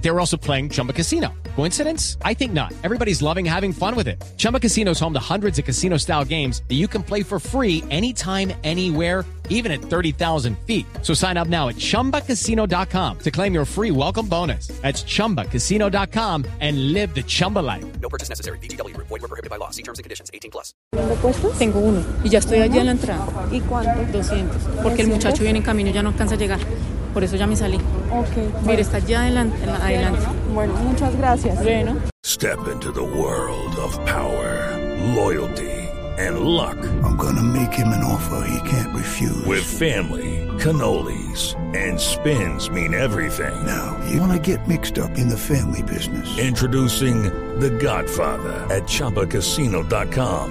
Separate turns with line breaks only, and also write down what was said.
They were also playing Chumba Casino. Coincidence? I think not. Everybody's loving having fun with it. Chumba Casino is home to hundreds of casino style games that you can play for free anytime, anywhere even at 30,000 feet. So sign up now at ChumbaCasino.com to claim your free welcome bonus. That's ChumbaCasino.com and live the Chumba life.
No purchase necessary. BGW. Void were prohibited by law. See terms and conditions. 18 plus.
¿Dónde puestos?
Tengo uno y ya estoy allí en la entrada.
¿Y cuánto?
200. Porque el muchacho viene en camino, ya no alcanza a llegar. Por eso ya me salí.
Ok.
Mira, está allá adelante. adelante.
Bueno, muchas gracias.
Bueno.
Step into the world of power, loyalty, and luck
I'm gonna make him an offer he can't refuse.
with family, cannolis, and spins mean everything.
now, you wanna get mixed up in the family business.
Introducing The Godfather at ChumbaCasino.com.